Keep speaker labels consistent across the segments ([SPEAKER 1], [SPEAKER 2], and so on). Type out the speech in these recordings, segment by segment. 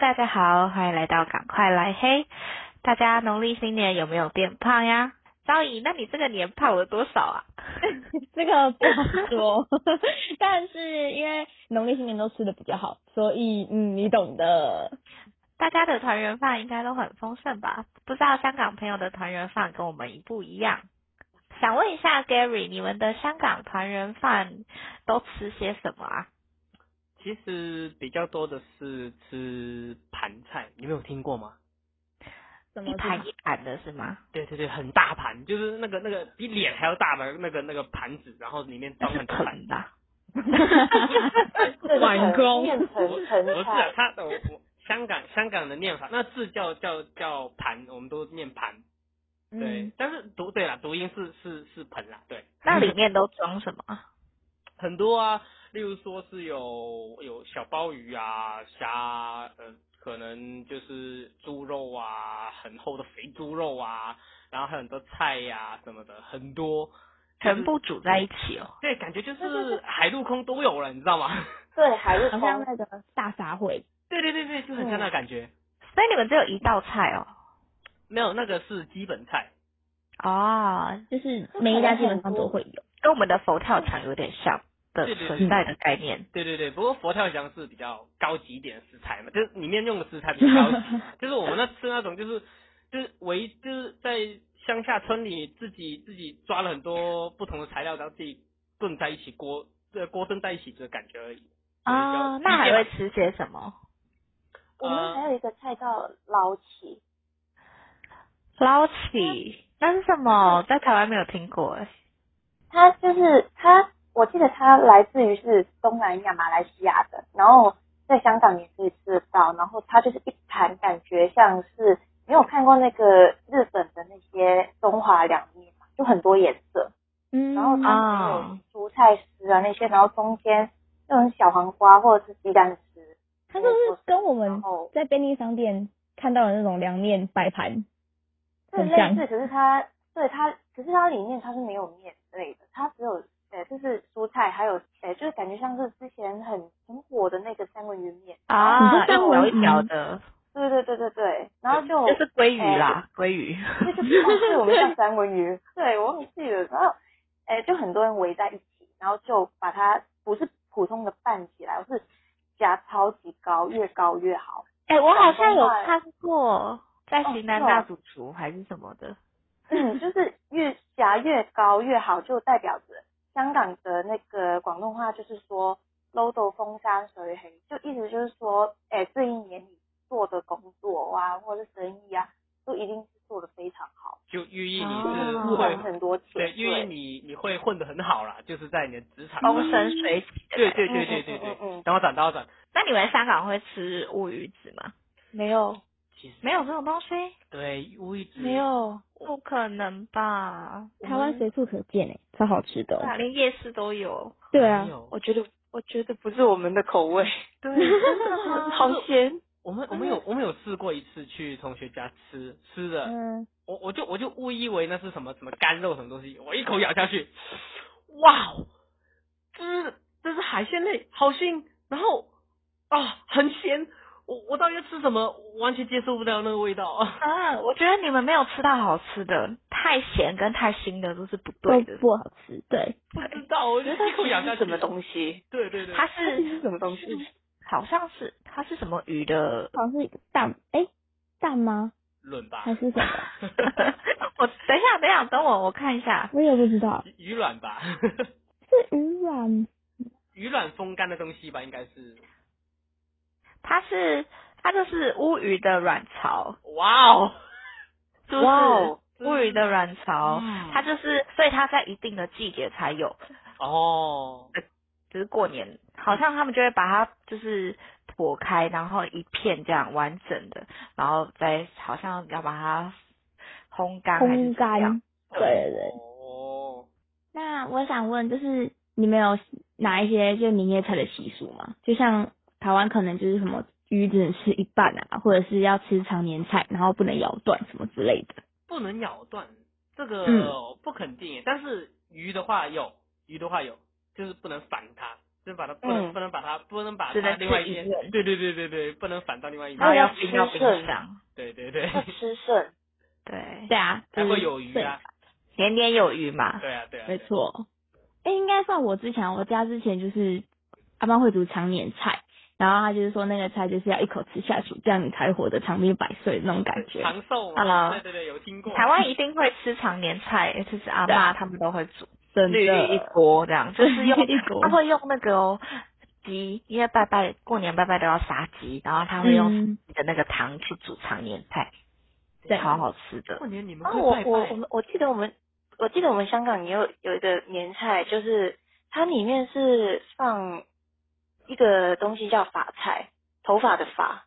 [SPEAKER 1] 大家好，欢迎来到赶快来黑。大家农历新年有没有变胖呀？张怡，那你这个年胖了多少 啊？
[SPEAKER 2] 这个不 好说，但是因为农历新年都吃的比较好，所以嗯，你懂的。
[SPEAKER 1] 大家的团圆饭应该都很丰盛吧？不知道香港朋友的团圆饭跟我们一不一样？想问一下 Gary，你们的香港团圆饭都吃些什么啊？
[SPEAKER 3] 其实比较多的是吃盘菜，你们有听过吗？
[SPEAKER 2] 怎
[SPEAKER 1] 一
[SPEAKER 2] 么
[SPEAKER 1] 盘一盘的是吗？
[SPEAKER 3] 对对对，很大盘，就是那个那个比脸还要大的那个那个盘子，然后里面
[SPEAKER 1] 那
[SPEAKER 3] 装
[SPEAKER 1] 是
[SPEAKER 3] 很多盘
[SPEAKER 1] 盆。的啊。
[SPEAKER 2] 碗公
[SPEAKER 4] 面盆
[SPEAKER 3] 不
[SPEAKER 4] 盆
[SPEAKER 3] 是啊
[SPEAKER 4] 菜，，
[SPEAKER 3] 它我我香港香港的念法，那字叫叫叫盘，我们都念盘。对，
[SPEAKER 2] 嗯，
[SPEAKER 3] 但是读对啦，读音是是是盆啦，对。
[SPEAKER 1] 那里面都装什 么？
[SPEAKER 3] 很多啊，例如说是有有小鲍鱼啊、虾啊，呃，可能就是猪肉啊，很厚的肥猪肉啊，然后还有很多菜呀、什么的，很多。
[SPEAKER 1] 全部煮在一起哦。
[SPEAKER 3] 对，感觉就是海陆空都有了，你知道吗？
[SPEAKER 4] 对，海陆
[SPEAKER 2] 好像
[SPEAKER 4] 空，
[SPEAKER 2] 那个大杂烩，
[SPEAKER 3] 对对对对，就很像那感觉。
[SPEAKER 1] 所以你们只有一道菜哦。
[SPEAKER 3] 没有，那个是基本菜。
[SPEAKER 2] 嗯
[SPEAKER 1] 哦，
[SPEAKER 2] 就是每一家基本上都会有。
[SPEAKER 1] 跟我们的佛跳墙有点像的
[SPEAKER 3] 哦对对对
[SPEAKER 1] 存在的概念。
[SPEAKER 3] 对对对，不过佛跳墙是比较高级一点的食材嘛，就是里面用的食材比较高 级嘛，就是我们那吃那种就是就是唯就是在乡下村里自己自己抓了很多不同的材料，然后自己炖在一起锅呃锅炖在一起的感觉而已。
[SPEAKER 1] 哦，那还会吃些什么？
[SPEAKER 4] 我
[SPEAKER 3] 呃
[SPEAKER 4] 们还有一个菜叫捞起，
[SPEAKER 1] 捞起，那是什
[SPEAKER 3] 嗯
[SPEAKER 1] 么？在台湾没有听过哎。
[SPEAKER 4] 它就是它，我记得它来自于是东南亚马来西亚的，然后在香港也可以吃得到，然后它就是一盘，感觉像是你有看过那个日本的那些中华凉面嘛，就很多颜色，
[SPEAKER 2] 嗯
[SPEAKER 4] 然后
[SPEAKER 1] 啊
[SPEAKER 4] 它
[SPEAKER 1] 哦
[SPEAKER 4] 有蔬菜丝啊那些，然后中间那种小黄瓜或者是鸡蛋丝，
[SPEAKER 2] 它是不是跟我
[SPEAKER 4] 然
[SPEAKER 2] 们
[SPEAKER 4] 后
[SPEAKER 2] 在便利商店看到的那种凉面摆盘
[SPEAKER 4] 对，
[SPEAKER 2] 很
[SPEAKER 4] 类
[SPEAKER 2] 像？
[SPEAKER 4] 似，可是它对它，可是它里面它是没有面之类的，它只有呃，就是蔬菜，还有呃，就是感觉像是之前很很火的那个三文鱼
[SPEAKER 2] 你
[SPEAKER 4] 面。
[SPEAKER 1] 啊，一
[SPEAKER 2] 是三
[SPEAKER 1] 条
[SPEAKER 2] 文鱼
[SPEAKER 1] 一条的，
[SPEAKER 4] 对对对对对，然后就
[SPEAKER 1] 就是鲑鱼啦，鲑鱼。
[SPEAKER 4] 那就是我们叫三文鱼，对我忘记了，然后哎、就很多人围在一起，然后就把它不是普通的拌起来，而是夹超级高，越高越好。
[SPEAKER 1] 哎，我好像有看过，在
[SPEAKER 3] 哦
[SPEAKER 1] 《型南大主厨》还是什么的。
[SPEAKER 4] 嗯， 就是越夹越高越好，就代表着香港的那个广东话就是说“捞到风山水起”，就意思就是说，哎、这一年你做的工作啊，或者是生意啊，都一定是做的非常好，
[SPEAKER 3] 就寓意你是
[SPEAKER 1] 哦
[SPEAKER 3] 会、
[SPEAKER 4] 赚很多钱。
[SPEAKER 3] 对，寓意
[SPEAKER 4] 对，
[SPEAKER 3] 你你会混得很好啦，就是在你的职场上。
[SPEAKER 4] 哦
[SPEAKER 1] 风生水起的
[SPEAKER 3] 对
[SPEAKER 1] 感觉。
[SPEAKER 3] 对对对对
[SPEAKER 4] 嗯嗯嗯嗯
[SPEAKER 3] 对
[SPEAKER 4] 嗯，
[SPEAKER 3] 等我转，等我转。
[SPEAKER 1] 那你们香港会吃乌鱼子吗？
[SPEAKER 4] 没有
[SPEAKER 3] 其实
[SPEAKER 1] 没有这种东西，
[SPEAKER 3] 对，乌鱼子
[SPEAKER 4] 没有，
[SPEAKER 1] 不可能吧？
[SPEAKER 2] 台湾随处可见诶，超好吃的哦。
[SPEAKER 1] 哪连夜市都 有。
[SPEAKER 2] 对
[SPEAKER 3] 没
[SPEAKER 2] 啊，
[SPEAKER 3] 有
[SPEAKER 4] 我觉得我觉得不是我们的口味，
[SPEAKER 3] 对，
[SPEAKER 4] 好咸。
[SPEAKER 3] 我们我们有我们有试过一次去同学家吃吃的，
[SPEAKER 2] 嗯，
[SPEAKER 3] 我我就我就误以为那是什么什么干肉什么东西，我一口咬下去，哇，哦，这是这是海鲜类，好腥，然后啊很咸，我我到底在吃什么，我完全接受不了那个味道。
[SPEAKER 1] 啊，我觉得你们没有吃到好吃的，太咸跟太腥的都是不
[SPEAKER 2] 都
[SPEAKER 1] 对的。
[SPEAKER 2] 不好吃。对，？
[SPEAKER 3] 不知道，我就一口咬下去。
[SPEAKER 4] 什么东西？
[SPEAKER 3] 对对对，
[SPEAKER 1] 它是
[SPEAKER 4] 是什么东西？
[SPEAKER 1] 好像是它是什么鱼的
[SPEAKER 2] 好像是一个蛋，诶，蛋吗？
[SPEAKER 3] 卵吧
[SPEAKER 2] 还，是什么？
[SPEAKER 1] 我等一下，等一下，等我，我看一下。
[SPEAKER 2] 我也不知道，
[SPEAKER 3] 鱼鱼卵吧，
[SPEAKER 2] 是鱼卵
[SPEAKER 3] 鱼卵风干的东西吧，应该是。
[SPEAKER 1] 它是它就是乌鱼的卵巢，
[SPEAKER 3] 哇哦，
[SPEAKER 1] 是不
[SPEAKER 4] 哇
[SPEAKER 1] 是
[SPEAKER 4] 哦？
[SPEAKER 1] 乌鱼的卵巢，
[SPEAKER 3] 嗯
[SPEAKER 1] 它就是，所以它在一定的季节才有，
[SPEAKER 3] 哦，
[SPEAKER 1] 就是过年，好像他们就会把它就是剖开，然后一片这样完整的，然后再好像要把它烘干还是
[SPEAKER 2] 烘
[SPEAKER 1] 怎么样
[SPEAKER 2] 干。对对对。
[SPEAKER 3] 哦，
[SPEAKER 2] 那我想问，就是你们有哪一些就年夜菜的习俗吗？就像台湾可能就是什么鱼只能吃一半啊，或者是要吃常年菜，然后不能咬断什么之类的。
[SPEAKER 3] 不能咬断，这个
[SPEAKER 2] 嗯
[SPEAKER 3] 不肯定耶。但是鱼的话有，鱼的话有，就是不能反它，就是把它不能、
[SPEAKER 4] 嗯
[SPEAKER 3] 不能把它不能把
[SPEAKER 1] 只
[SPEAKER 3] 它
[SPEAKER 1] 能
[SPEAKER 3] 另外
[SPEAKER 1] 吃
[SPEAKER 3] 一
[SPEAKER 1] 一
[SPEAKER 3] 边，
[SPEAKER 1] 份
[SPEAKER 3] 对对对对对，不能反到另外一
[SPEAKER 1] 然后
[SPEAKER 3] 边，
[SPEAKER 1] 要
[SPEAKER 4] 要
[SPEAKER 1] 冰
[SPEAKER 4] 吃
[SPEAKER 1] 要冰
[SPEAKER 4] 剩
[SPEAKER 1] 箱，
[SPEAKER 3] 对对对，
[SPEAKER 4] 要吃剩，
[SPEAKER 1] 对，
[SPEAKER 2] 对啊，
[SPEAKER 3] 才
[SPEAKER 2] 就是
[SPEAKER 3] 会有鱼啊，
[SPEAKER 1] 年年有余嘛。
[SPEAKER 3] 对啊对啊，
[SPEAKER 2] 没
[SPEAKER 3] 对
[SPEAKER 2] 错，哎、应该算我之前，我家之前就是阿妈会煮常年菜，然后她就是说那个菜就是要一口吃下去，这样你才会活得长命百岁那种感觉。
[SPEAKER 3] 长寿嘛，
[SPEAKER 1] Hello
[SPEAKER 3] 对对对，有听过，
[SPEAKER 1] 台湾一定会吃常年菜，就是阿
[SPEAKER 2] 对
[SPEAKER 1] 妈
[SPEAKER 2] 啊
[SPEAKER 1] 他们都会煮
[SPEAKER 2] 真
[SPEAKER 1] 绿绿一
[SPEAKER 2] 的，
[SPEAKER 1] 锅这样，就是 用
[SPEAKER 2] 一锅
[SPEAKER 1] 他会用那个哦鸡，因为拜拜过年拜拜都要杀鸡，然后他会用
[SPEAKER 2] 嗯，
[SPEAKER 1] 鸡的那个汤去煮常年菜，
[SPEAKER 2] 对
[SPEAKER 1] 超好吃的。
[SPEAKER 3] 过年你们
[SPEAKER 4] 啊，
[SPEAKER 3] 会
[SPEAKER 4] 我
[SPEAKER 3] 拜
[SPEAKER 4] 我我
[SPEAKER 3] 拜，
[SPEAKER 4] 们我记得我们我记得我们香港也有有一个年菜，就是它里面是放一个东西叫发菜，头发的发，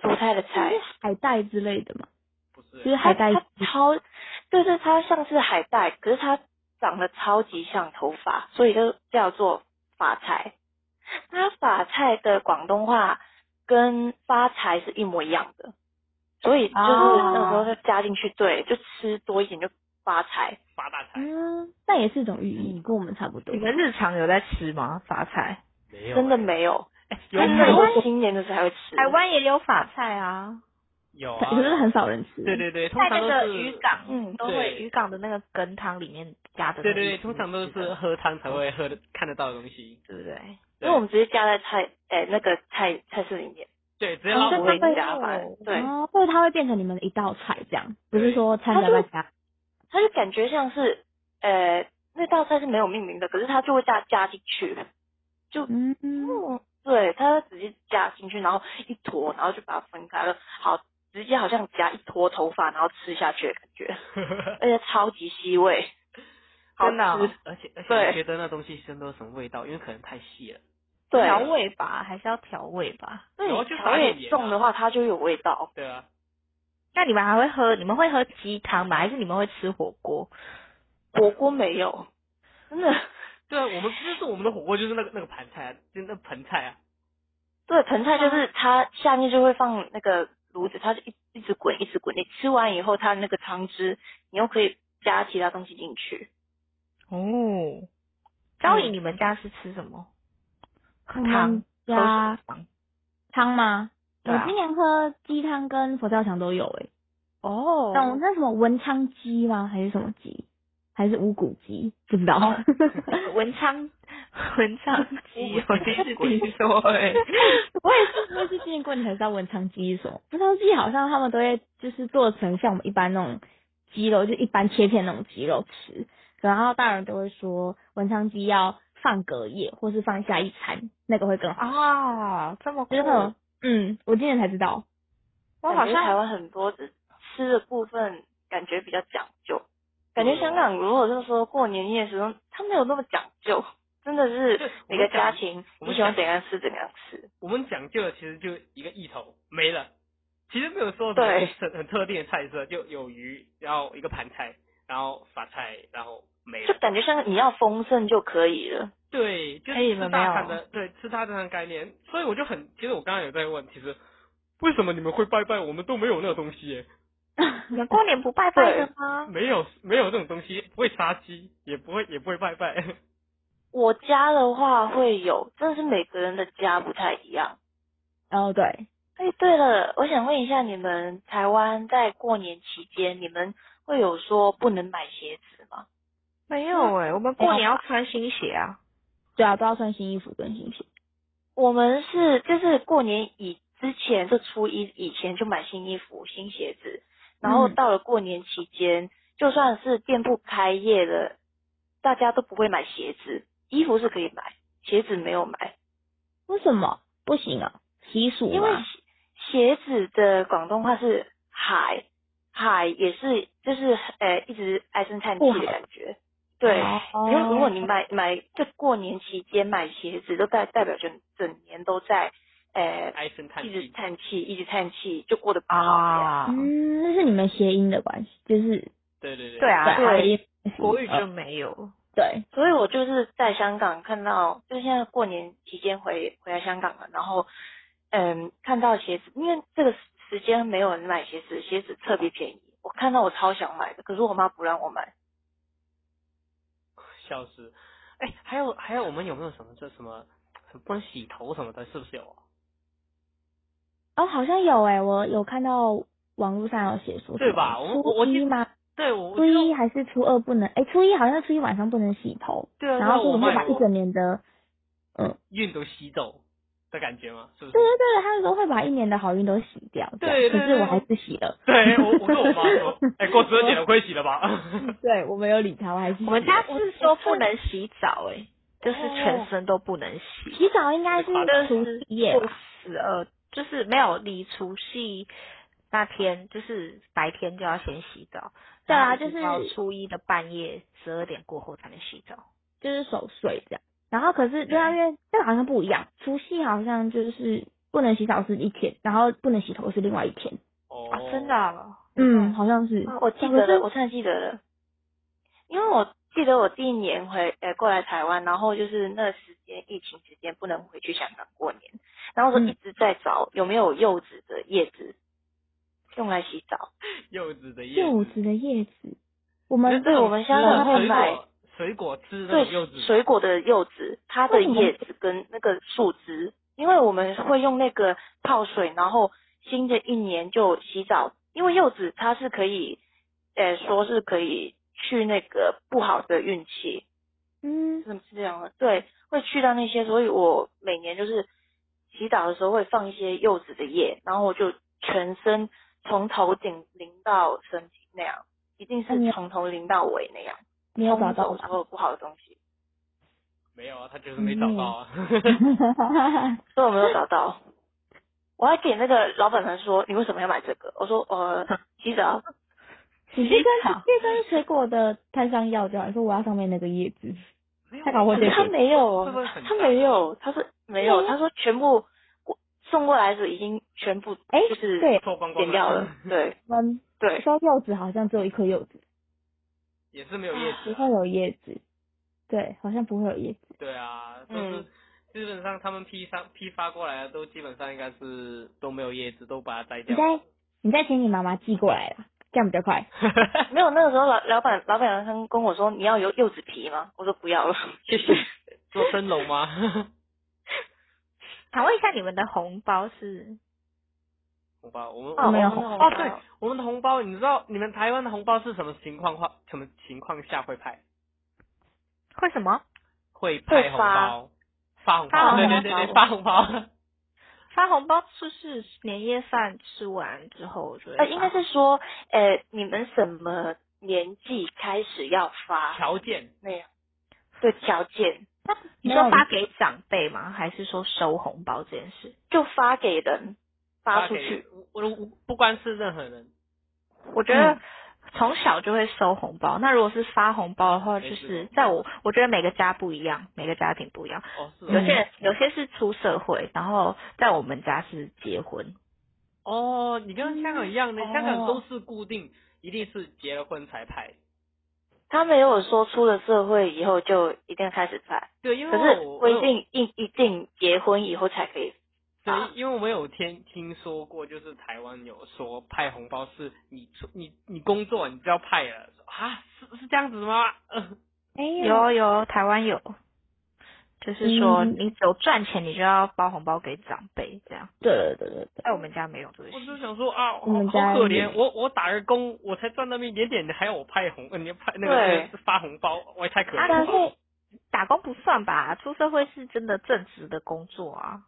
[SPEAKER 4] 蔬菜的菜
[SPEAKER 2] 是，海带之类的嘛，
[SPEAKER 3] 不
[SPEAKER 2] 就是
[SPEAKER 3] 是
[SPEAKER 2] 嗯海带
[SPEAKER 4] 它它超，对对，它像是海带，可是它长得超级像头发，所以就叫做发菜。它发菜的广东话跟发财是一模一样的，所以就是
[SPEAKER 1] 哦
[SPEAKER 4] 那个时
[SPEAKER 2] 啊
[SPEAKER 4] 候就加进去，对，就吃多一点就发财。
[SPEAKER 3] 发大财，
[SPEAKER 2] 嗯，那也是一种寓意，跟我们差不多
[SPEAKER 1] 你。们日常有在吃吗？法菜？
[SPEAKER 3] 没有
[SPEAKER 4] 真的
[SPEAKER 3] 欸
[SPEAKER 4] 没有，
[SPEAKER 3] 有
[SPEAKER 1] 台
[SPEAKER 4] 真
[SPEAKER 1] 湾
[SPEAKER 4] 的
[SPEAKER 3] 有
[SPEAKER 4] 我新年的时候才会吃。
[SPEAKER 1] 台湾也有法菜啊，
[SPEAKER 3] 有啊，
[SPEAKER 2] 可是很少人吃。
[SPEAKER 3] 对对对，通
[SPEAKER 1] 在
[SPEAKER 3] 常
[SPEAKER 1] 那
[SPEAKER 3] 都
[SPEAKER 1] 个
[SPEAKER 3] 是
[SPEAKER 1] 渔港，啊
[SPEAKER 4] 嗯
[SPEAKER 1] 都会
[SPEAKER 3] 对
[SPEAKER 1] 渔港的那个羹汤里面加的那
[SPEAKER 3] 对
[SPEAKER 1] 个。
[SPEAKER 3] 对对，通常都是喝汤才会喝的看得到的东西，
[SPEAKER 1] 对不对？
[SPEAKER 4] 因为我们直接加在菜，哎、那个菜菜市里面，
[SPEAKER 3] 对，只要
[SPEAKER 4] 然后
[SPEAKER 2] 哦
[SPEAKER 3] 我
[SPEAKER 4] 不嗯 会
[SPEAKER 2] 这个
[SPEAKER 4] 加饭
[SPEAKER 1] 哦，
[SPEAKER 4] 对，
[SPEAKER 2] 哦，所以它会变成你们的一道菜这样，不是
[SPEAKER 3] 对
[SPEAKER 2] 说菜
[SPEAKER 4] 它
[SPEAKER 2] 单
[SPEAKER 4] 就
[SPEAKER 2] 外加。
[SPEAKER 4] 它就感觉像是，呃，那道菜是没有命名的，可是它就会加加进去，就
[SPEAKER 2] 嗯，嗯
[SPEAKER 4] 嗯，对，它直接加进去，然后一坨，然后就把它分开了，好，直接好像夹一坨头发，然后吃下去的感 觉，而且超级吸味，好
[SPEAKER 1] 真的哦
[SPEAKER 4] 吃，
[SPEAKER 3] 而且而且
[SPEAKER 4] 啊对
[SPEAKER 3] 我觉得那东西真的什么味道，因为可能太细了。
[SPEAKER 4] 对，
[SPEAKER 1] 调味吧，还是要调味吧。
[SPEAKER 4] 那
[SPEAKER 3] 然后
[SPEAKER 4] 你
[SPEAKER 3] 就
[SPEAKER 4] 调
[SPEAKER 3] 撒一点
[SPEAKER 4] 味
[SPEAKER 3] 盐
[SPEAKER 4] 重
[SPEAKER 3] 啊
[SPEAKER 4] 的话，它就有味道。
[SPEAKER 3] 对啊，
[SPEAKER 1] 那你们还会喝？你们会喝鸡汤吗？还是你们会吃火锅？
[SPEAKER 4] 火锅没有，真的，
[SPEAKER 3] 对啊，我们就是我们的火锅就是那个那个盘菜啊，就是那盆菜啊，
[SPEAKER 4] 对，盆菜就是它下面就会放那个炉子，它就一一直滚，一直滚。你吃完以后，它那个汤汁，你又可以加其他东西进去。
[SPEAKER 1] 哦，高颖，
[SPEAKER 4] 嗯
[SPEAKER 1] 你们家是吃什么？
[SPEAKER 2] 我
[SPEAKER 1] 汤
[SPEAKER 2] 们
[SPEAKER 1] 喝
[SPEAKER 2] 家
[SPEAKER 1] 什么汤
[SPEAKER 2] 汤吗？
[SPEAKER 1] 对啊
[SPEAKER 2] 我今年喝鸡汤跟佛跳墙都有诶、
[SPEAKER 1] 哦，
[SPEAKER 2] 像我那什么文昌鸡吗？还是什么鸡？还是五谷鸡？不知道。
[SPEAKER 1] 哦文昌文昌鸡，我第一次
[SPEAKER 3] 鬼
[SPEAKER 1] 听 说哎、
[SPEAKER 2] 我也是，我也是今年过年才知道文昌鸡是什么。文昌鸡好像他们都会就是做成像我们一般那种鸡肉，就一般切片那种鸡肉吃。然后大人都会说文昌鸡要放隔夜，或是放下一餐，那个会更好。
[SPEAKER 1] 啊，这么酷
[SPEAKER 2] 就是那种，嗯，我今年才知道。
[SPEAKER 1] 我好
[SPEAKER 4] 感觉台
[SPEAKER 1] 像
[SPEAKER 4] 湾很多的吃的部分感觉比较讲究，感觉香港如果是说过年夜的时候，它没有那么讲究，真的是每个家庭
[SPEAKER 3] 我
[SPEAKER 4] 你
[SPEAKER 3] 们
[SPEAKER 4] 喜欢
[SPEAKER 3] 讲
[SPEAKER 4] 怎样吃怎样吃。
[SPEAKER 3] 我们讲究的其实就一个意头没了，其实没有说什么
[SPEAKER 4] 对
[SPEAKER 3] 很很特定的菜色，就有鱼，然后一个盘菜，然后法菜，然后没
[SPEAKER 4] 就
[SPEAKER 3] 了。
[SPEAKER 4] 感觉像你要丰盛就可以了，
[SPEAKER 3] 对，就
[SPEAKER 1] 哎你
[SPEAKER 3] 是
[SPEAKER 1] 们
[SPEAKER 3] 吃
[SPEAKER 1] 没有
[SPEAKER 3] 大餐的，对，吃大餐的概念。所以我就很，其实我刚刚有在问，其实为什么你们会拜拜，我们都没有那个东西耶，
[SPEAKER 1] 你们过年不拜拜的吗？
[SPEAKER 3] 没有没有这种东西，不会杀鸡，也不会也不会拜拜。
[SPEAKER 4] 我家的话会有，真的是每个人的家不太一样。
[SPEAKER 2] 哦，对，
[SPEAKER 4] 哎，对了，我想问一下，你们台湾在过年期间，你们会有说不能买鞋子吗？
[SPEAKER 1] 没有哎、我们过年要穿新鞋啊。
[SPEAKER 2] 对啊，都要穿新衣服跟新鞋。
[SPEAKER 4] 我们是就是过年以之前就初一以前就买新衣服、新鞋子，然后
[SPEAKER 2] 嗯
[SPEAKER 4] 到了过年期间，就算是店铺开业了，大家都不会买鞋子，衣服是可以买，鞋子没有买，
[SPEAKER 2] 为什么不行啊？习俗
[SPEAKER 4] 因为
[SPEAKER 2] 嘛。
[SPEAKER 4] 鞋鞋子的广东话是海，海也是就是呃一直唉声叹气的感觉，对。
[SPEAKER 2] 哦
[SPEAKER 4] 因为如果你买买，就过年期间买鞋子，就代代表整整年都在，呃，
[SPEAKER 3] 唉声叹
[SPEAKER 4] 一直
[SPEAKER 3] 气，
[SPEAKER 4] 叹气，一直叹气，就过得不好这样。
[SPEAKER 1] 啊，
[SPEAKER 2] 嗯，那是你们谐音的关系，就是
[SPEAKER 3] 对对对，
[SPEAKER 1] 对啊，
[SPEAKER 2] 对谐音
[SPEAKER 1] 国语就没有。
[SPEAKER 2] 嗯对，
[SPEAKER 4] 所以我就是在香港看到，就是现在过年期间回回来香港了，然后，嗯，看到鞋子，因为这个时间没有人买鞋子，鞋子特别便宜，我看到我超想买的，可是我妈不让我买。
[SPEAKER 3] 笑死。哎、还有还有，我们有没有什么这什么不能洗头什么的？是不是有啊？
[SPEAKER 2] 哦，好像有哎、我有看到网络上有写说什么，
[SPEAKER 3] 对吧我我我
[SPEAKER 2] 初
[SPEAKER 3] 记
[SPEAKER 2] 一
[SPEAKER 3] 得
[SPEAKER 2] 吗？
[SPEAKER 3] 对，我我
[SPEAKER 2] 初
[SPEAKER 3] 记得
[SPEAKER 2] 一还是初二不能？哎、初一好像初一晚上不能洗头，
[SPEAKER 3] 对啊，
[SPEAKER 2] 然后
[SPEAKER 3] 对啊
[SPEAKER 2] 我
[SPEAKER 3] 我
[SPEAKER 2] 们会
[SPEAKER 3] 卖
[SPEAKER 2] 把一整年的，嗯，
[SPEAKER 3] 运都吸走的感觉吗？是不是
[SPEAKER 2] 对？对对，他们说会把一年的好运都洗掉，这样
[SPEAKER 3] 对对
[SPEAKER 2] 可是
[SPEAKER 3] 对
[SPEAKER 2] 我还是洗了。
[SPEAKER 3] 对，我我跟我妈说，哎、过十二点了，可以洗了 吧？
[SPEAKER 2] 啊对，我没有理他，我还是洗
[SPEAKER 1] 我们家
[SPEAKER 2] 了
[SPEAKER 1] 是说不能洗澡、诶，就是全身都不能洗。
[SPEAKER 2] 洗澡应该是
[SPEAKER 3] 好
[SPEAKER 1] 就
[SPEAKER 3] 的
[SPEAKER 2] 除
[SPEAKER 1] 是
[SPEAKER 2] 夕夜
[SPEAKER 1] 过
[SPEAKER 2] 吧？
[SPEAKER 1] 十二，就是没有离除夕那天，就是白天就要先洗澡。
[SPEAKER 2] 对
[SPEAKER 1] 然后
[SPEAKER 2] 啊
[SPEAKER 1] 一直
[SPEAKER 2] 就是
[SPEAKER 1] 到初一的半夜十二点过后才能洗澡。
[SPEAKER 2] 就是守岁这样。然后可是对
[SPEAKER 3] 嗯
[SPEAKER 2] 啊，因为这个好像不一样，除夕好像就是不能洗澡是一天，然后不能洗头是另外一天。
[SPEAKER 3] 哦
[SPEAKER 1] 啊，真的、啊？
[SPEAKER 2] 嗯，好像是。
[SPEAKER 1] 哦
[SPEAKER 4] 啊，我记
[SPEAKER 2] 可
[SPEAKER 4] 得
[SPEAKER 2] 是
[SPEAKER 4] 了，我突然记得了，因为我记得我第一年回呃过来台湾，然后就是那时间疫情期间不能回去香港过年，然后我就
[SPEAKER 2] 嗯
[SPEAKER 4] 一直在找有没有柚子的叶子用来洗澡，
[SPEAKER 3] 柚子的叶
[SPEAKER 2] 柚子的叶子，我们
[SPEAKER 4] 嗯对我们香港会
[SPEAKER 3] 水
[SPEAKER 4] 买
[SPEAKER 3] 果水果吃那种柚
[SPEAKER 4] 对
[SPEAKER 3] 子，
[SPEAKER 4] 水果的柚子，它的
[SPEAKER 2] 为什么
[SPEAKER 4] 叶子跟那个树枝，因为我们会用那个泡水，然后新的一年就洗澡，因为柚子它是可以，呃，说是可以去那个不好的运气，
[SPEAKER 2] 嗯，
[SPEAKER 4] 是是这样的，对，会去到那些，所以我每年就是洗澡的时候会放一些柚子的叶，然后我就全身从头顶淋到身体那样，一定
[SPEAKER 2] 那你
[SPEAKER 4] 是从头淋到尾那样，
[SPEAKER 2] 你有找
[SPEAKER 4] 冲
[SPEAKER 2] 到
[SPEAKER 4] 走
[SPEAKER 2] 吗？
[SPEAKER 4] 所有不好的东西，
[SPEAKER 3] 没有啊，他就是没找到啊。
[SPEAKER 4] 嗯所以我没有找到。我还给那个老板娘说，你为什么要买这个？我说，呃，洗澡，
[SPEAKER 2] 你这 跟这跟水果的摊商要就好，你说我要上面那个叶子，他搞我这
[SPEAKER 4] 他
[SPEAKER 2] 个。
[SPEAKER 4] 没有
[SPEAKER 3] 会
[SPEAKER 4] 哦
[SPEAKER 3] 不会很，
[SPEAKER 4] 他
[SPEAKER 3] 大嗯
[SPEAKER 4] 没有，他说没有，
[SPEAKER 2] 没有
[SPEAKER 4] 他说全部我送过来的时候已经全部
[SPEAKER 2] 哎
[SPEAKER 4] 就是
[SPEAKER 2] 对
[SPEAKER 3] 脱光光
[SPEAKER 4] 点掉了，
[SPEAKER 3] 嗯
[SPEAKER 4] 对
[SPEAKER 2] 我们
[SPEAKER 4] 对。
[SPEAKER 2] 说柚子好像只有一颗柚子，
[SPEAKER 3] 也是没有叶子
[SPEAKER 2] 不
[SPEAKER 3] 啊、
[SPEAKER 2] 会有叶子。对，好像不会有叶子。
[SPEAKER 3] 对 啊，都是、
[SPEAKER 4] 嗯
[SPEAKER 3] 基本上他们批发批发过来的都基本上应该是都没有叶子，都把它摘
[SPEAKER 2] 你
[SPEAKER 3] 掉。
[SPEAKER 2] 再你再请你妈妈寄过来啦，这样比较快。
[SPEAKER 4] 没有，那个时候老老板老板娘跟我说你要有柚子皮吗？我说不要了，谢谢。
[SPEAKER 3] 做蒸笼吗？
[SPEAKER 1] 想问一下，你们的红包是？
[SPEAKER 3] 红包，我们
[SPEAKER 4] 哦
[SPEAKER 3] 我们
[SPEAKER 2] 没有
[SPEAKER 3] 的
[SPEAKER 2] 红
[SPEAKER 3] 红
[SPEAKER 4] 包
[SPEAKER 3] 哦，对，我们的红包，你知道你们台湾的红包是什么情况下什么情况下会派？
[SPEAKER 1] 会什么？
[SPEAKER 3] 会派红包，发红包，
[SPEAKER 1] 发
[SPEAKER 3] 对
[SPEAKER 1] 红
[SPEAKER 3] 对
[SPEAKER 1] 包
[SPEAKER 3] 对对，发红包。
[SPEAKER 1] 发红包就是年夜饭吃完之后就会发。
[SPEAKER 4] 呃，应该是说，呃，你们什么年纪开始要发
[SPEAKER 3] 条件
[SPEAKER 4] 那样？对，条件
[SPEAKER 1] 你
[SPEAKER 2] 没
[SPEAKER 1] 说
[SPEAKER 2] 有
[SPEAKER 1] 发给长辈吗？还是说收红包这件事？
[SPEAKER 4] 就发给人，发出
[SPEAKER 3] 给
[SPEAKER 4] 去。，
[SPEAKER 3] 我我不光是任何人，
[SPEAKER 1] 我觉
[SPEAKER 4] 嗯
[SPEAKER 1] 得从小就会收红包。那如果是发红包的话，
[SPEAKER 3] 没
[SPEAKER 1] 就
[SPEAKER 3] 事
[SPEAKER 1] 是
[SPEAKER 3] 哦
[SPEAKER 1] 在我我觉得每个家不一样，每个家庭不一样。
[SPEAKER 3] 哦是
[SPEAKER 1] 有
[SPEAKER 3] 哦
[SPEAKER 1] 些人
[SPEAKER 4] 嗯
[SPEAKER 1] 有些是出社会，然后在我们家是结婚。
[SPEAKER 3] 哦，你跟香港一样的，
[SPEAKER 4] 嗯
[SPEAKER 3] 香港
[SPEAKER 4] 哦
[SPEAKER 3] 都是固定，一定是结了婚才派。
[SPEAKER 4] 他没有说出了社会以后就一定开始发，
[SPEAKER 3] 对，因
[SPEAKER 4] 可
[SPEAKER 3] 为
[SPEAKER 4] 是
[SPEAKER 3] 我我
[SPEAKER 4] 规
[SPEAKER 3] 有
[SPEAKER 4] 定啊一一定结婚以后才可以。
[SPEAKER 3] 对，因为我有听听说过，就是台湾有说派红包是你出你你工作你就要派了啊，是是这样子吗？
[SPEAKER 2] 没
[SPEAKER 1] 有有，台湾有，就是说
[SPEAKER 2] 嗯
[SPEAKER 1] 你有赚钱，你就要包红包给长辈这样。
[SPEAKER 2] 对对对对对，
[SPEAKER 1] 在我们家没有这个习
[SPEAKER 3] 我
[SPEAKER 1] 俗
[SPEAKER 3] 就。想说啊，好
[SPEAKER 2] 我们
[SPEAKER 3] 好
[SPEAKER 2] 家
[SPEAKER 3] 可
[SPEAKER 2] 也
[SPEAKER 3] 怜，我我打个工，我才赚那么一点点，你还要我派红，呃你要派那
[SPEAKER 4] 对
[SPEAKER 3] 个那个发红包，我也太可
[SPEAKER 1] 啊
[SPEAKER 3] 怜
[SPEAKER 1] 但
[SPEAKER 3] 了
[SPEAKER 1] 是
[SPEAKER 3] 吧。
[SPEAKER 1] 打工不算吧，出社会是真的正职的工作啊，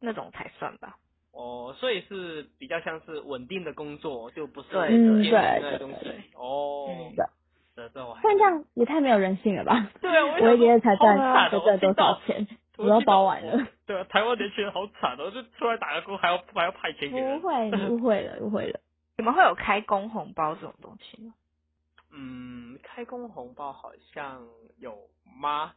[SPEAKER 1] 那种才算吧。
[SPEAKER 3] 哦，所以是比较像是稳定的工作，就不是
[SPEAKER 1] 对
[SPEAKER 3] 兼
[SPEAKER 2] 嗯对对
[SPEAKER 3] 职的东
[SPEAKER 2] 对
[SPEAKER 3] 西。哦
[SPEAKER 1] 嗯，
[SPEAKER 2] 对
[SPEAKER 3] 这这我还
[SPEAKER 2] 但这样也太没有人性了吧？
[SPEAKER 3] 对啊，
[SPEAKER 2] 我也觉得才赚
[SPEAKER 3] 好惨
[SPEAKER 2] 才
[SPEAKER 3] 哦
[SPEAKER 2] 赚多少？钱，
[SPEAKER 3] 我
[SPEAKER 2] 我要
[SPEAKER 3] 知道
[SPEAKER 2] 包完了。
[SPEAKER 3] 对啊，台湾年轻人好惨哦，就出来打个工还要还要派钱给
[SPEAKER 2] 不
[SPEAKER 3] 人。
[SPEAKER 2] 会，你误会了，误会了。
[SPEAKER 1] 你们会有开工红包这种东西吗？
[SPEAKER 3] 嗯，开工红包好像有吗？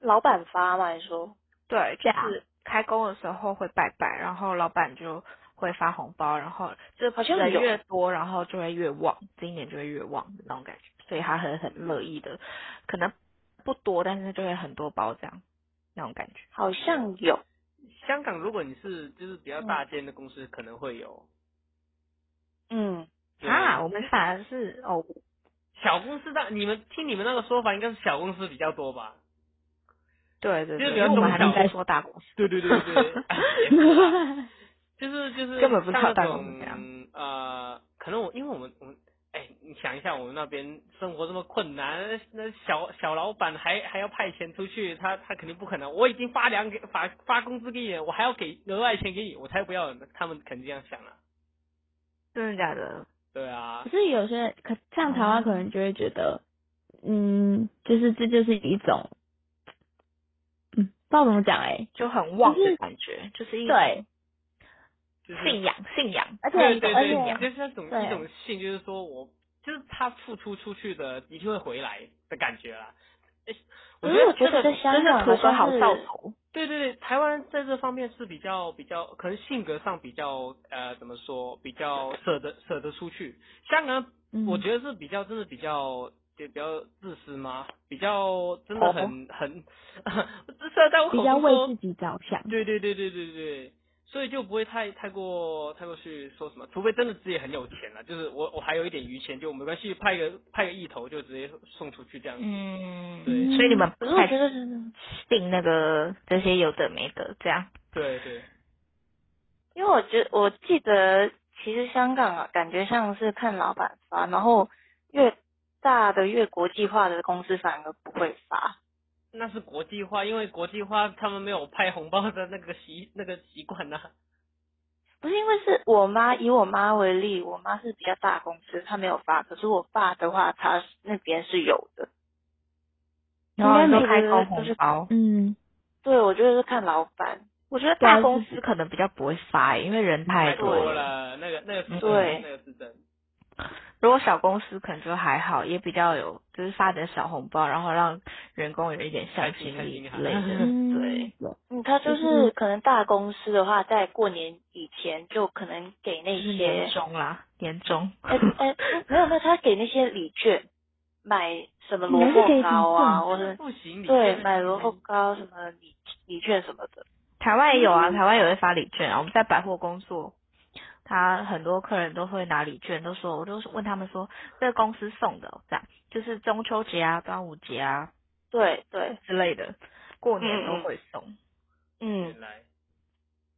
[SPEAKER 4] 老板发嘛，你说？
[SPEAKER 1] 对，
[SPEAKER 2] 对
[SPEAKER 1] 就
[SPEAKER 2] 啊
[SPEAKER 1] 是开工的时候会拜拜，然后老板就会发红包，然后就
[SPEAKER 4] 好像
[SPEAKER 1] 人
[SPEAKER 4] 有
[SPEAKER 1] 越多，然后就会越旺，今年就会越旺的那种感觉，所以他很很乐意的，可能不多，但是就会很多包这样那种感觉。
[SPEAKER 4] 好像有，
[SPEAKER 3] 香港如果你是就是比较
[SPEAKER 1] 嗯
[SPEAKER 3] 大间的公司，可能会有。
[SPEAKER 4] 嗯，
[SPEAKER 3] 对
[SPEAKER 1] 啊，我们反而是哦，
[SPEAKER 3] 小公司大，你们听你们那个说法，应该是小公司比较多吧？
[SPEAKER 1] 对对
[SPEAKER 3] 就
[SPEAKER 1] 对，
[SPEAKER 3] 是比
[SPEAKER 1] 因为
[SPEAKER 3] 较
[SPEAKER 1] 我
[SPEAKER 3] 中
[SPEAKER 1] 们还能
[SPEAKER 3] 小
[SPEAKER 1] 在说大公司，
[SPEAKER 3] 对对对对，哎也是啦 就是就是
[SPEAKER 1] 根本不知道
[SPEAKER 3] 像那
[SPEAKER 1] 大公司
[SPEAKER 3] 种
[SPEAKER 1] 怎样
[SPEAKER 3] 呃，可能我因为我们我们哎、你想一下，我们那边生活这么困难，那小小老板还还要派钱出去，他他肯定不可能。我已经发粮给发发工资给你了，我还要给额外钱给你，我才不要呢。他们肯定这样想了、啊
[SPEAKER 1] 真的假的？
[SPEAKER 3] 对啊
[SPEAKER 2] 可，是有些人可像台
[SPEAKER 1] 哦
[SPEAKER 2] 湾可能就会觉得，嗯，就是这就是一种，嗯，不知道怎么讲哎、
[SPEAKER 1] 就很旺
[SPEAKER 2] 就是
[SPEAKER 1] 的感觉，就是一
[SPEAKER 2] 对，
[SPEAKER 3] 就是
[SPEAKER 1] 信仰信仰，
[SPEAKER 2] 而且
[SPEAKER 3] 对对
[SPEAKER 2] 而
[SPEAKER 3] 对，
[SPEAKER 2] 且
[SPEAKER 3] 就是那种
[SPEAKER 2] 对
[SPEAKER 3] 一种信，就是说我就是他付出出去的，一定会回来的感觉啦。哎我
[SPEAKER 4] 可
[SPEAKER 3] 觉
[SPEAKER 4] 是我
[SPEAKER 3] 得这
[SPEAKER 4] 觉
[SPEAKER 3] 个
[SPEAKER 4] 得在香
[SPEAKER 1] 真的
[SPEAKER 4] 港
[SPEAKER 1] 土
[SPEAKER 4] 好
[SPEAKER 1] 哥
[SPEAKER 4] 像
[SPEAKER 1] 好
[SPEAKER 4] 是
[SPEAKER 1] 兆头，
[SPEAKER 3] 对对对，台湾在这方面是比较比较，可能性格上比较呃怎么说，比较舍得舍得出去。香港
[SPEAKER 2] 嗯
[SPEAKER 3] 我觉得是比较真的比较就比较自私吗？比较真的很很， 这虽然在我口
[SPEAKER 2] 比较
[SPEAKER 3] 中
[SPEAKER 2] 为自
[SPEAKER 3] 说，
[SPEAKER 2] 己着想，
[SPEAKER 3] 对对对对对对，所以就不会太太过太过去说什么，除非真的自己很有钱了，就是我我还有一点余钱，就没关系，派个派个一头就直接送出去这样子。
[SPEAKER 1] 嗯，
[SPEAKER 3] 对
[SPEAKER 1] 所以你们
[SPEAKER 4] 可
[SPEAKER 1] 不
[SPEAKER 4] 是我
[SPEAKER 1] 太
[SPEAKER 4] 觉得真的，
[SPEAKER 1] 信那个这些有的没的这样，
[SPEAKER 3] 对对，
[SPEAKER 4] 因为我觉我记得其实香港啊，感觉像是看老板发，然后越大的越国际化的公司反而不会发。
[SPEAKER 3] 那是国际化，因为国际化他们没有派红包的那个习那个习惯呐、
[SPEAKER 4] 不是因为是我妈，以我妈为例，我妈是比较大公司，她没有发，可是我爸的话，他那边是有的。
[SPEAKER 1] 然后
[SPEAKER 4] 应该
[SPEAKER 1] 就
[SPEAKER 4] 每
[SPEAKER 1] 开
[SPEAKER 4] 个
[SPEAKER 1] 高
[SPEAKER 4] 人都
[SPEAKER 1] 红
[SPEAKER 4] 是
[SPEAKER 1] 包。
[SPEAKER 2] 嗯，
[SPEAKER 4] 对，我觉得是看老板。
[SPEAKER 1] 我觉得
[SPEAKER 2] 对
[SPEAKER 1] 大
[SPEAKER 2] 啊就
[SPEAKER 1] 公
[SPEAKER 2] 是
[SPEAKER 1] 司可能比较不会发、因为人太
[SPEAKER 3] 太
[SPEAKER 1] 多
[SPEAKER 3] 多
[SPEAKER 1] 了。
[SPEAKER 3] 了，那个那个是
[SPEAKER 4] 对
[SPEAKER 3] 那个是真。
[SPEAKER 1] 如果小公司可能就还好，也比较有就是发点小红包，然后让员工有一点向心力之类
[SPEAKER 3] 开心 开
[SPEAKER 1] 的。
[SPEAKER 2] 嗯
[SPEAKER 1] 对，
[SPEAKER 4] 嗯，他就
[SPEAKER 2] 就是
[SPEAKER 4] 是可能大公司的话，在过年以前就可能给那
[SPEAKER 1] 就是
[SPEAKER 4] 些
[SPEAKER 1] 年，终啦，年终。
[SPEAKER 4] 哎 哎，没有没有，他给那些礼券，买什么萝
[SPEAKER 2] 你还是给
[SPEAKER 4] 卜
[SPEAKER 2] 礼
[SPEAKER 4] 糕啊，
[SPEAKER 2] 券
[SPEAKER 4] 或
[SPEAKER 3] 真的
[SPEAKER 4] 者
[SPEAKER 3] 不
[SPEAKER 1] 嗯
[SPEAKER 3] 行，你
[SPEAKER 4] 对
[SPEAKER 3] 真的
[SPEAKER 4] 买萝卜糕什么礼礼券什么的。嗯
[SPEAKER 1] 台湾也有啊，台湾也会发礼券啊。我们在百货工作，他很多客人都会拿礼券，都说我都问他们说，这个公司送的哦、这样，就是中秋节啊、端午节啊
[SPEAKER 4] 对对，
[SPEAKER 1] 之类的，过年
[SPEAKER 4] 嗯
[SPEAKER 1] 都
[SPEAKER 4] 嗯
[SPEAKER 1] 会送。
[SPEAKER 4] 嗯
[SPEAKER 3] 原，来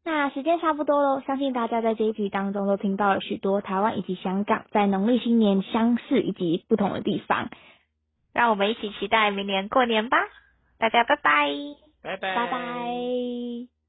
[SPEAKER 2] 那时间差不多喽，相信大家在这一集当中都听到了许多台湾以及香港在农历新年相似以及不同的地方。
[SPEAKER 1] 让我们一起期待明年过年吧，大家拜拜。
[SPEAKER 3] 拜拜
[SPEAKER 2] 拜拜。